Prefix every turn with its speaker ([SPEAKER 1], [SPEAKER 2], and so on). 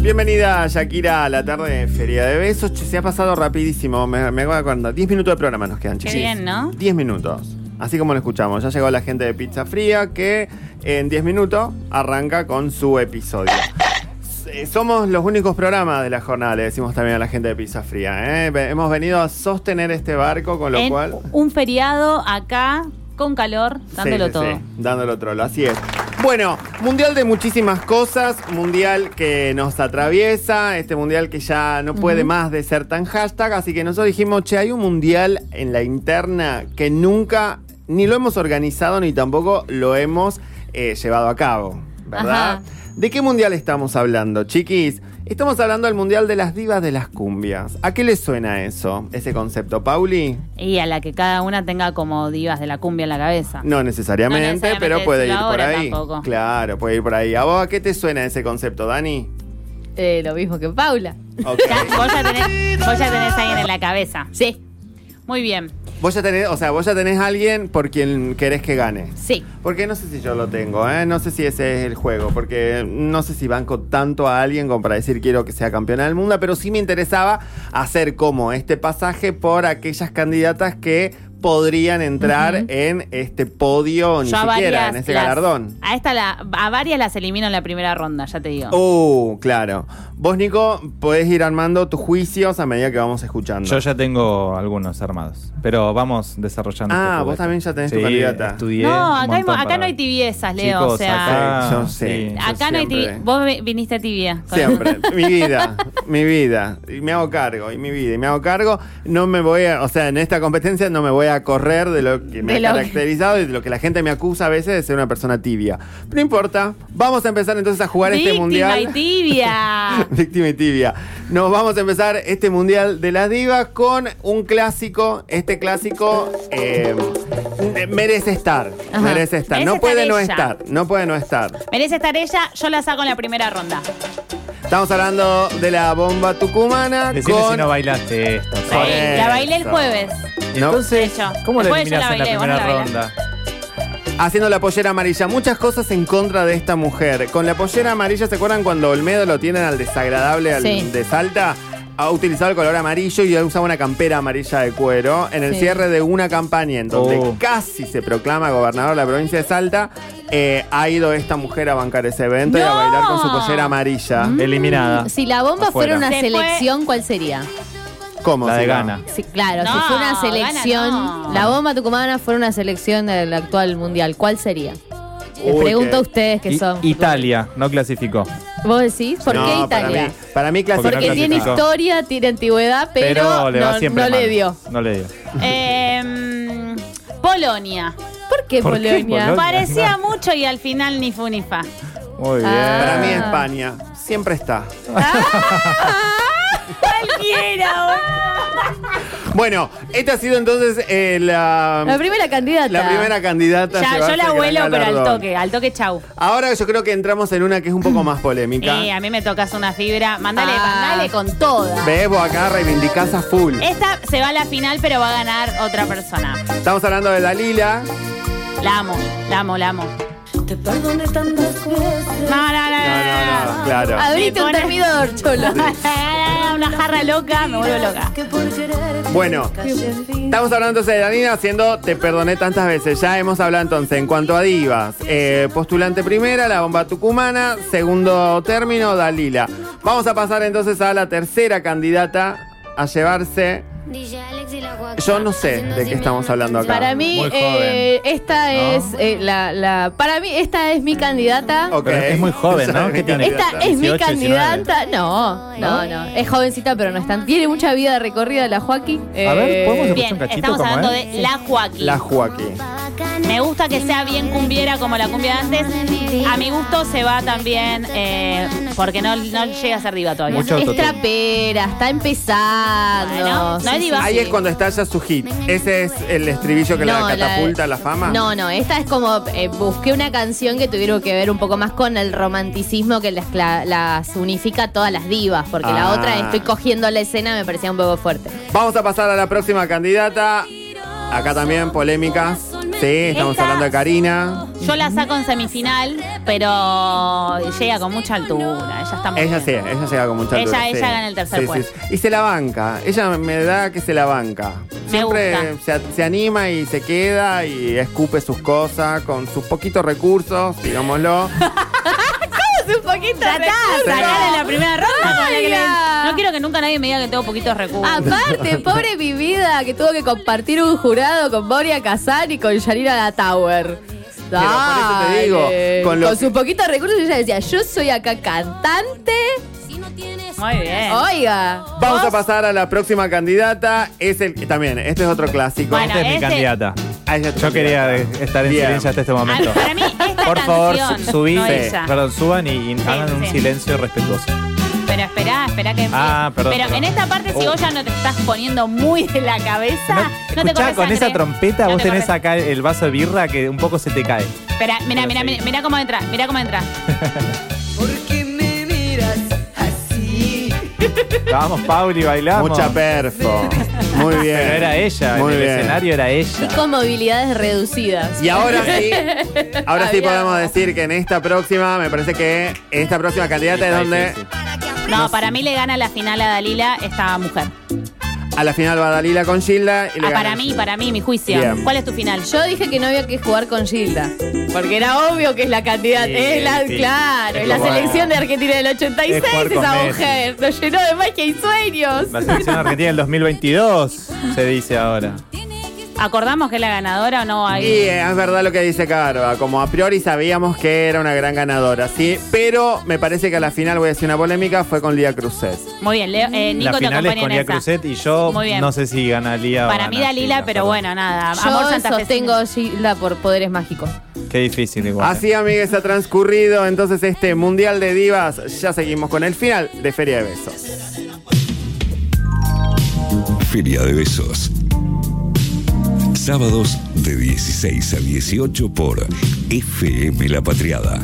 [SPEAKER 1] Bienvenida Shakira a la tarde de Feria de Besos. Che, Se ha pasado rapidísimo, me, me acabo de acordar. 10 minutos de programa nos quedan, chicos.
[SPEAKER 2] bien, ¿no?
[SPEAKER 1] 10 minutos. Así como lo escuchamos, ya llegó la gente de Pizza Fría que en 10 minutos arranca con su episodio. Eh, Somos los únicos programas de la jornada, le decimos también a la gente de Pizza Fría. ¿eh? Ve- Hemos venido a sostener este barco, con lo
[SPEAKER 2] En
[SPEAKER 1] cual...
[SPEAKER 2] Un feriado acá, con calor, dándolo
[SPEAKER 1] Sí, sí,
[SPEAKER 2] todo.
[SPEAKER 1] sí, dándolo trolo, así es. Bueno, mundial de muchísimas cosas, mundial que nos atraviesa, este mundial que ya no puede más de ser tan hashtag, así que nosotros dijimos, che, hay un mundial en la interna que nunca, ni lo hemos organizado, ni tampoco lo hemos eh, llevado a cabo, ¿verdad?
[SPEAKER 2] Ajá.
[SPEAKER 1] ¿De qué mundial estamos hablando, chiquis? Estamos hablando del mundial de las divas de las cumbias. ¿A qué le suena eso, ese concepto, Pauli?
[SPEAKER 2] Y a la que cada una tenga como divas de la cumbia en la cabeza.
[SPEAKER 1] No necesariamente,
[SPEAKER 2] Ah. No necesariamente
[SPEAKER 1] pero puede ir
[SPEAKER 2] decirlo
[SPEAKER 1] por
[SPEAKER 2] ahora
[SPEAKER 1] ahí.
[SPEAKER 2] tampoco.
[SPEAKER 1] Claro, puede ir por ahí. ¿A vos a qué te suena ese concepto, Dani?
[SPEAKER 3] Eh, lo mismo que Paula.
[SPEAKER 1] Ok.
[SPEAKER 2] Ya, vos, ya tenés, vos ya tenés a alguien en la cabeza.
[SPEAKER 3] Sí,
[SPEAKER 2] Muy bien.
[SPEAKER 1] vos ya tenés, o sea, vos ya tenés a alguien por quien querés que gane.
[SPEAKER 3] sí.
[SPEAKER 1] Porque no sé si yo lo tengo, ¿eh? no sé si ese es el juego, porque no sé si banco tanto a alguien como para decir quiero que sea campeona del mundo, pero sí me interesaba hacer como este pasaje por aquellas candidatas que podrían entrar en este podio, ni
[SPEAKER 2] Yo a
[SPEAKER 1] siquiera en
[SPEAKER 2] varias
[SPEAKER 1] este
[SPEAKER 2] las-
[SPEAKER 1] galardón.
[SPEAKER 2] A, esta la, a varias las elimino en la primera ronda, ya te digo.
[SPEAKER 1] Uh, claro. Vos, Nico, podés ir armando tus juicios a medida que vamos escuchando.
[SPEAKER 4] Yo ya tengo algunos armados, pero vamos desarrollando.
[SPEAKER 1] Ah,
[SPEAKER 4] este
[SPEAKER 1] vos
[SPEAKER 4] juguete.
[SPEAKER 1] también ya tenés tu candidata.
[SPEAKER 4] Estudié
[SPEAKER 2] no,
[SPEAKER 4] un
[SPEAKER 2] acá, hay mo-
[SPEAKER 4] montón
[SPEAKER 2] acá
[SPEAKER 4] para-
[SPEAKER 2] no hay tibiezas, Leo.
[SPEAKER 4] Chicos,
[SPEAKER 2] o sea,
[SPEAKER 4] acá,
[SPEAKER 1] Sí, yo sé.
[SPEAKER 4] Ah, sí.
[SPEAKER 1] yo
[SPEAKER 2] acá no hay
[SPEAKER 1] siempre.
[SPEAKER 2] tibiezas. Vos vi- viniste tibia. con-
[SPEAKER 1] Siempre, mi vida, mi vida, y me hago cargo, y mi vida, y me hago cargo, no me voy a, o sea, en esta competencia no me voy a correr de lo que me
[SPEAKER 3] De
[SPEAKER 1] ha
[SPEAKER 3] lo que-
[SPEAKER 1] caracterizado y de lo que la gente me acusa a veces de ser una persona tibia. Pero no importa, vamos a empezar entonces a jugar este
[SPEAKER 2] Víctima
[SPEAKER 1] mundial.
[SPEAKER 2] y tibia.
[SPEAKER 1] Víctima y tibia. Nos vamos a empezar este Mundial de las Divas con un clásico. Este clásico eh, merece estar.
[SPEAKER 3] Ajá.
[SPEAKER 1] Merece estar.
[SPEAKER 2] Merece
[SPEAKER 1] no
[SPEAKER 2] estar
[SPEAKER 1] puede no
[SPEAKER 2] ella.
[SPEAKER 1] estar. No puede no estar.
[SPEAKER 2] Merece estar ella, yo la saco en la primera ronda.
[SPEAKER 1] Estamos hablando de la bomba tucumana
[SPEAKER 4] Decime
[SPEAKER 1] con.
[SPEAKER 4] si no bailaste esto.
[SPEAKER 2] Sí,
[SPEAKER 1] Por
[SPEAKER 2] la bailé el
[SPEAKER 1] eso.
[SPEAKER 2] jueves.
[SPEAKER 1] No.
[SPEAKER 4] Entonces,
[SPEAKER 2] Yo.
[SPEAKER 4] ¿cómo la
[SPEAKER 2] Después yo
[SPEAKER 4] eliminas
[SPEAKER 2] la
[SPEAKER 4] en la
[SPEAKER 2] bailé, vos no
[SPEAKER 4] primera
[SPEAKER 2] la
[SPEAKER 4] ronda?
[SPEAKER 1] haciendo la pollera amarilla. Muchas cosas en contra de esta mujer. Con la pollera amarilla, ¿se acuerdan cuando Olmedo lo tienen al desagradable al
[SPEAKER 3] Sí.
[SPEAKER 1] de Salta? Ha utilizado el color amarillo y ha usado una campera amarilla de cuero en el
[SPEAKER 3] Sí.
[SPEAKER 1] cierre de una campaña en donde
[SPEAKER 4] Oh.
[SPEAKER 1] casi se proclama gobernador de la provincia de Salta. eh, ha ido esta mujer a bancar ese evento y a
[SPEAKER 2] ¡No!
[SPEAKER 1] bailar con su pollera amarilla.
[SPEAKER 4] Ah,
[SPEAKER 3] Mm.
[SPEAKER 2] Mm,
[SPEAKER 4] Eliminada.
[SPEAKER 3] Si la bomba
[SPEAKER 4] Afuera.
[SPEAKER 3] fuera una
[SPEAKER 2] Se fue-
[SPEAKER 3] selección, ¿cuál sería?
[SPEAKER 1] ¿Cómo?
[SPEAKER 4] La de
[SPEAKER 1] si no?
[SPEAKER 4] Gana.
[SPEAKER 3] Sí, claro,
[SPEAKER 2] No,
[SPEAKER 3] si fuera una
[SPEAKER 2] gana
[SPEAKER 3] selección,
[SPEAKER 2] no.
[SPEAKER 3] la bomba tucumana fuera una selección del actual mundial, ¿cuál sería? Les
[SPEAKER 1] Uy,
[SPEAKER 3] pregunto a
[SPEAKER 1] qué-
[SPEAKER 3] ustedes que
[SPEAKER 4] I-
[SPEAKER 3] son.
[SPEAKER 4] Italia no clasificó.
[SPEAKER 3] ¿Vos decís? ¿Por
[SPEAKER 1] No,
[SPEAKER 3] qué
[SPEAKER 1] para
[SPEAKER 3] Italia?
[SPEAKER 1] mí- Para mí,
[SPEAKER 4] Porque
[SPEAKER 3] Porque,
[SPEAKER 1] clasificó.
[SPEAKER 4] no
[SPEAKER 3] tiene
[SPEAKER 4] clasificó.
[SPEAKER 3] historia, tiene antigüedad, pero,
[SPEAKER 4] Pero, le va
[SPEAKER 3] no,
[SPEAKER 4] siempre
[SPEAKER 3] no
[SPEAKER 4] mal.
[SPEAKER 3] le dio.
[SPEAKER 4] No le dio.
[SPEAKER 2] Em, Polonia.
[SPEAKER 3] ¿Por qué
[SPEAKER 4] ¿Por qué
[SPEAKER 3] Polonia?
[SPEAKER 4] Polonia?
[SPEAKER 2] Parecía mucho y al final ni fu ni fa.
[SPEAKER 4] Muy bien.
[SPEAKER 3] Ah.
[SPEAKER 1] Para mí, España. Siempre está.
[SPEAKER 2] Cualquiera.
[SPEAKER 1] Bueno, esta ha sido entonces eh, la,
[SPEAKER 3] La primera candidata.
[SPEAKER 1] la primera candidata. a
[SPEAKER 2] Ya,
[SPEAKER 1] llevarse
[SPEAKER 2] yo
[SPEAKER 1] el
[SPEAKER 2] la
[SPEAKER 1] gran
[SPEAKER 2] vuelo, pero al
[SPEAKER 1] galardón.
[SPEAKER 2] toque, al toque chau.
[SPEAKER 1] Ahora yo creo que entramos en una que es un poco más polémica.
[SPEAKER 2] Eh, a mí me tocas una fibra. Mándale,
[SPEAKER 3] Ah,
[SPEAKER 2] mandale
[SPEAKER 3] dale con toda.
[SPEAKER 1] Ves, vos acá reivindicás a full.
[SPEAKER 2] Esta se va a la final, pero va a ganar otra persona.
[SPEAKER 1] Estamos hablando de Dalila.
[SPEAKER 2] La amo, la amo, la amo.
[SPEAKER 5] Te perdoné tantas veces.
[SPEAKER 2] No, no, no,
[SPEAKER 1] No,
[SPEAKER 2] no,
[SPEAKER 1] no, no, claro.
[SPEAKER 3] Abrite un
[SPEAKER 2] Me pone-
[SPEAKER 3] termidor, cholo.
[SPEAKER 2] Una jarra loca, me vuelvo loca.
[SPEAKER 5] Que por querer
[SPEAKER 1] Bueno, Estamos hablando entonces de Dalila haciendo Te perdoné tantas veces. Ya hemos hablado entonces en cuanto a divas. eh, postulante primera, la bomba tucumana. Segundo término, Dalila. Vamos a pasar entonces a la tercera candidata a llevarse. Yo no sé de qué estamos hablando acá.
[SPEAKER 3] Para mí,
[SPEAKER 4] Muy joven,
[SPEAKER 3] eh, esta
[SPEAKER 4] ¿no?
[SPEAKER 3] es eh, la, la- Para mí, esta es mi candidata.
[SPEAKER 1] Ok.
[SPEAKER 4] Pero es muy joven, ¿no? ¿Qué tiene?
[SPEAKER 3] Esta es mi
[SPEAKER 4] 18, 19.
[SPEAKER 3] candidata. No, no, no. Es jovencita, pero no es tan. Tiene mucha vida recorrida la Joaquín. Eh,
[SPEAKER 4] A ver, ¿podemos escuchar un
[SPEAKER 2] Bien,
[SPEAKER 4] cachito
[SPEAKER 2] estamos
[SPEAKER 4] cómo
[SPEAKER 2] hablando
[SPEAKER 4] es?
[SPEAKER 2] de ¿eh? la Joaquín.
[SPEAKER 1] La Joaquín.
[SPEAKER 2] Me gusta que sea bien cumbiera como la cumbia de antes. A mi gusto se va también eh, porque no, no llega a ser diva todavía.
[SPEAKER 4] Mucho
[SPEAKER 3] Es
[SPEAKER 4] autotune.
[SPEAKER 3] trapera, está empezando.
[SPEAKER 2] Bueno, no es diva.
[SPEAKER 1] Ahí es cuando estalla su hit. Ese es el estribillo que la
[SPEAKER 3] No,
[SPEAKER 1] catapulta a la fama.
[SPEAKER 3] No, no, esta es como eh, busqué una canción que tuviera que ver un poco más con el romanticismo que las, cla- las unifica a todas las divas, porque
[SPEAKER 1] Ah.
[SPEAKER 3] la otra estoy cogiendo la escena me parecía un poco fuerte.
[SPEAKER 1] Vamos a pasar a la próxima candidata. Acá también polémicas. Sí, estamos
[SPEAKER 2] Esta-
[SPEAKER 1] hablando de Karina.
[SPEAKER 2] Yo la saco en semifinal, pero llega con mucha altura. Ella está muy
[SPEAKER 1] Ella
[SPEAKER 2] bien.
[SPEAKER 1] sí, ella llega con mucha
[SPEAKER 2] Ella-
[SPEAKER 1] altura.
[SPEAKER 2] ella
[SPEAKER 1] sí.
[SPEAKER 2] gana el tercer
[SPEAKER 1] Sí,
[SPEAKER 2] puesto.
[SPEAKER 1] sí, sí. Y se la banca. Ella me da que se la banca.
[SPEAKER 2] Me
[SPEAKER 1] Siempre
[SPEAKER 2] gusta.
[SPEAKER 1] Se, a- se anima y se queda y escupe sus cosas con sus poquitos recursos, digámoslo.
[SPEAKER 3] Un poquito
[SPEAKER 2] Ya está, sacar en la primera ronda. con la que
[SPEAKER 3] Oiga.
[SPEAKER 2] le- No quiero que nunca nadie me diga que tengo poquitos recursos.
[SPEAKER 3] Ah, Aparte, pobre mi vida, que tuvo que compartir un jurado con Boria Casar y con Yanira La Tower.
[SPEAKER 1] Pero por eso te digo,
[SPEAKER 3] Dale.
[SPEAKER 1] con
[SPEAKER 3] con,
[SPEAKER 1] lo que-
[SPEAKER 3] sus poquitos recursos ella decía, yo soy acá cantante.
[SPEAKER 2] Muy bien.
[SPEAKER 3] Oh. Oiga.
[SPEAKER 1] Vamos a
[SPEAKER 3] ¿vos?
[SPEAKER 1] pasar a la próxima candidata. Es el también, este es otro clásico.
[SPEAKER 2] Bueno, este
[SPEAKER 4] Esta es mi
[SPEAKER 2] ese-
[SPEAKER 4] candidata.
[SPEAKER 1] Ah, ella es
[SPEAKER 4] Yo
[SPEAKER 1] tu
[SPEAKER 4] quería
[SPEAKER 1] candidata.
[SPEAKER 4] de- estar en
[SPEAKER 1] Bien.
[SPEAKER 4] silencio hasta este
[SPEAKER 2] A-
[SPEAKER 4] momento.
[SPEAKER 2] Ah, para mí, esta
[SPEAKER 4] Por favor,
[SPEAKER 2] canción,
[SPEAKER 4] su- subí.
[SPEAKER 2] no ella.
[SPEAKER 4] Perdón, suban y, y hagan un
[SPEAKER 2] sí.
[SPEAKER 4] silencio respetuoso.
[SPEAKER 2] Pero esperá, esperá que empiece.
[SPEAKER 4] Ah, perdón,
[SPEAKER 2] Pero
[SPEAKER 4] perdón.
[SPEAKER 2] en esta parte, si
[SPEAKER 4] Oh.
[SPEAKER 2] vos ya no te estás poniendo muy de la cabeza, no, te
[SPEAKER 4] escuchá,
[SPEAKER 2] corre
[SPEAKER 4] con
[SPEAKER 2] sangre.
[SPEAKER 4] esa trompeta
[SPEAKER 2] No
[SPEAKER 4] vos
[SPEAKER 2] te
[SPEAKER 4] tenés
[SPEAKER 2] corre-
[SPEAKER 4] acá el vaso de birra que un poco se te cae.
[SPEAKER 2] Esperá, mirá,
[SPEAKER 4] Pero
[SPEAKER 2] mirá,
[SPEAKER 4] seguí.
[SPEAKER 2] mirá, mirá cómo entra, mirá cómo entra.
[SPEAKER 6] Porque me miras así.
[SPEAKER 4] Vamos, Pauli, bailamos.
[SPEAKER 1] Mucha perfo. Muy bien.
[SPEAKER 4] Pero era ella,
[SPEAKER 1] Muy
[SPEAKER 4] en el
[SPEAKER 1] bien.
[SPEAKER 4] escenario era
[SPEAKER 3] Y
[SPEAKER 4] ella.
[SPEAKER 3] con movilidades reducidas.
[SPEAKER 1] Y ahora sí, ahora sí
[SPEAKER 3] Había-
[SPEAKER 1] podemos decir que en esta próxima, me parece que esta próxima candidata es
[SPEAKER 4] Está
[SPEAKER 1] donde
[SPEAKER 4] difícil.
[SPEAKER 2] No, para mí le gana la final a Dalila esta mujer.
[SPEAKER 1] a la final va Dalila con Gilda y le
[SPEAKER 2] Ah,
[SPEAKER 1] gana
[SPEAKER 2] para mí, para mí, mi juicio.
[SPEAKER 1] Bien.
[SPEAKER 2] ¿Cuál es tu final?
[SPEAKER 3] Yo dije que no había que jugar con Gilda. Porque era obvio que es la candidata.
[SPEAKER 4] Sí,
[SPEAKER 3] es la,
[SPEAKER 4] sí.
[SPEAKER 3] claro,
[SPEAKER 4] Es
[SPEAKER 3] es la
[SPEAKER 4] como-
[SPEAKER 3] selección de Argentina del 86,
[SPEAKER 4] Es jugar con
[SPEAKER 3] esa
[SPEAKER 4] Messi.
[SPEAKER 3] mujer. Nos llenó de magia y sueños.
[SPEAKER 4] La selección argentina del 2022, se dice ahora.
[SPEAKER 2] ¿Acordamos que es la ganadora o no? Hay...
[SPEAKER 1] Y eh, es verdad lo que dice Carva, como a priori sabíamos que era una gran ganadora, sí, pero me parece que a la final, voy a decir una polémica, fue con Lía Cruzet.
[SPEAKER 2] Muy bien, Leo, eh, Nico te
[SPEAKER 4] la final es
[SPEAKER 2] acompaña
[SPEAKER 4] con
[SPEAKER 2] en
[SPEAKER 4] Lía
[SPEAKER 2] esa.
[SPEAKER 4] Cruzet y yo
[SPEAKER 2] Muy bien.
[SPEAKER 4] no sé si gana Lía o
[SPEAKER 2] Para
[SPEAKER 4] gana
[SPEAKER 2] mí Dalila,
[SPEAKER 4] Gilda,
[SPEAKER 2] pero
[SPEAKER 4] perdón.
[SPEAKER 2] bueno, nada. Amor
[SPEAKER 3] Yo
[SPEAKER 2] Santa Fe.
[SPEAKER 3] sostengo a Gilda por poderes mágicos.
[SPEAKER 4] Qué difícil igual.
[SPEAKER 1] Así, amigues, ha transcurrido entonces este Mundial de Divas. Ya seguimos con el final de Feria de Besos.
[SPEAKER 7] Feria de Besos. Sábados de 16 a 18 por FM La Patriada.